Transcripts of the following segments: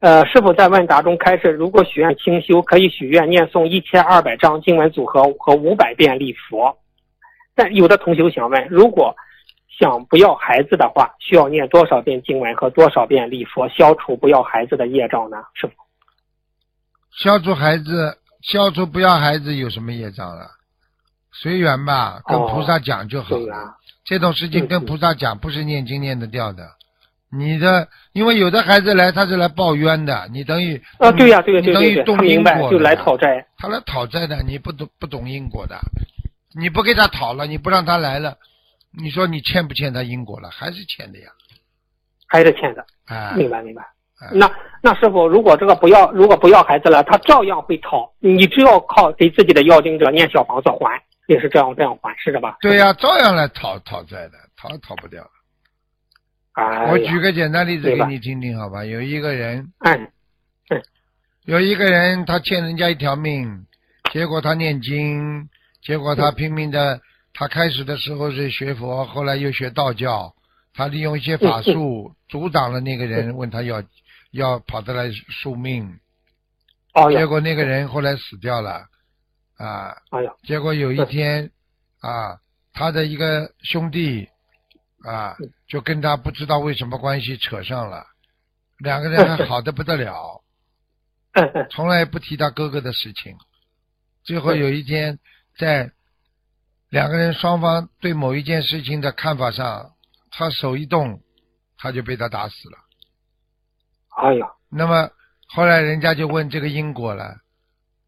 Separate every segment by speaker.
Speaker 1: 呃，师傅在问答中开示，如果许愿清修，可以许愿念诵一千二百章经文组合和五百遍礼佛。但有的同修想问，如果想不要孩子的话，需要念多少遍经文和多少遍礼佛，消除不要孩子的业障呢？师傅，
Speaker 2: 消除孩子，消除不要孩子有什么业障了？随缘吧，跟菩萨讲就好
Speaker 1: 哦对
Speaker 2: 了。
Speaker 1: 啊，
Speaker 2: 这种事情
Speaker 1: 嗯
Speaker 2: 跟
Speaker 1: 嗯
Speaker 2: 菩萨讲，不是念经念得掉的。你的，因为有的孩子来，他是来报冤的，你等于
Speaker 1: 啊，对呀、对呀、
Speaker 2: 嗯你
Speaker 1: 对
Speaker 2: 等
Speaker 1: 对
Speaker 2: 于
Speaker 1: 对，
Speaker 2: 动
Speaker 1: 他明
Speaker 2: 因
Speaker 1: 白
Speaker 2: 果
Speaker 1: 就
Speaker 2: 了
Speaker 1: 来
Speaker 2: 呀
Speaker 1: 讨债。
Speaker 2: 他来讨债的，你不懂不懂因果的，你不给他讨了，你不让他来了，你说你欠不欠他因果了？还是欠的呀，
Speaker 1: 还是欠的，
Speaker 2: 哎，
Speaker 1: 明白明白
Speaker 2: 哎。
Speaker 1: 那那师傅，如果这个不要，如果不要孩子了，他照样会讨，你只要靠给自己的要经者念小房子还，也是这样这样还，是的吧？
Speaker 2: 对呀、照样来讨讨债的，讨也讨不掉。
Speaker 1: 哎呀，
Speaker 2: 我举个简单例子
Speaker 1: 明
Speaker 2: 给
Speaker 1: 白
Speaker 2: 你听听，好吧？有一个人，
Speaker 1: 嗯
Speaker 2: 有一个人他欠人家一条命，结果他念经，结
Speaker 1: 嗯
Speaker 2: 果他拼命的，他开始的时候是学佛，后来又学道教，他利用一些法
Speaker 1: 嗯
Speaker 2: 术阻挡了那个人，问他要要跑他来赎命，
Speaker 1: 哦
Speaker 2: 结
Speaker 1: 呀，
Speaker 2: 果那个人后来死掉了，啊，
Speaker 1: 哎呀，
Speaker 2: 结果有一天，啊，他的一个兄弟，啊，就跟他不知道为什么关系扯上了，两个人还好的不得了，
Speaker 1: 嗯嗯，
Speaker 2: 从来不提他哥哥的事情。最后有一天，在两个人双方对某一件事情的看法上，他手一动，他就被他打死了。
Speaker 1: 哎呀，
Speaker 2: 那么后来人家就问这个因果了，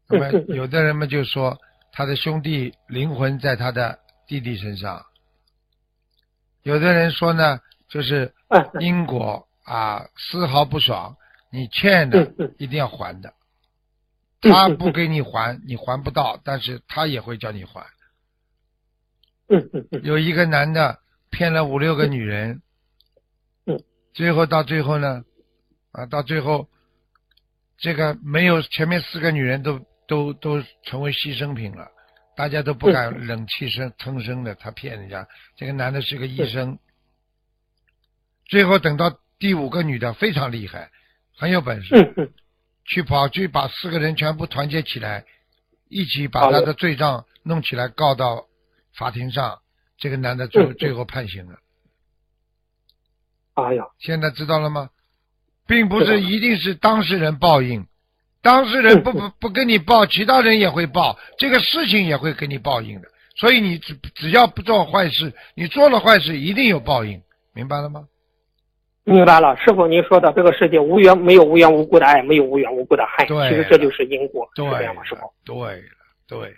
Speaker 2: 那么
Speaker 1: 嗯嗯嗯
Speaker 2: 有的人们就说他的兄弟灵魂在他的弟弟身上，有的人说呢，就是
Speaker 1: 嗯嗯
Speaker 2: 因果啊，丝毫不爽，你欠的
Speaker 1: 嗯嗯
Speaker 2: 一定要还的，
Speaker 1: 嗯
Speaker 2: 他
Speaker 1: 嗯
Speaker 2: 不给你还，你还不到，但是他也会叫你还。
Speaker 1: 嗯嗯嗯，
Speaker 2: 有一个男的骗了五六个女人，
Speaker 1: 嗯，
Speaker 2: 最后到最后呢，啊，到最后，这个没有前面四个女人都都都成为牺牲品了，大家都不
Speaker 1: 嗯
Speaker 2: 敢忍气生吭声的，他骗人家。这个男的是个医
Speaker 1: 嗯
Speaker 2: 生，最后等到第五个女的非常厉害，很有本事，
Speaker 1: 嗯嗯，
Speaker 2: 去跑去把四个人全部团结起来，一起把他的罪状弄起来告到法庭上。这个男的最后
Speaker 1: 嗯嗯
Speaker 2: 最后判刑了。
Speaker 1: 哎呀，
Speaker 2: 现在知道了吗？并不
Speaker 1: 知道
Speaker 2: 是
Speaker 1: 了嗯
Speaker 2: 一定是当事人报应，当事人不不不跟你报，其他人也会报，这个事情也会给你报应的。所以你只只要不做坏事，你做了坏事一定有报应，明白了吗？
Speaker 1: 明白了，师傅您说的这个世界无缘没有无缘无故的爱，没有无缘无故的恨，
Speaker 2: 对
Speaker 1: 其实这就是因果，是
Speaker 2: 对
Speaker 1: 这
Speaker 2: 了
Speaker 1: 样吗，师傅？，
Speaker 2: 对了，对了，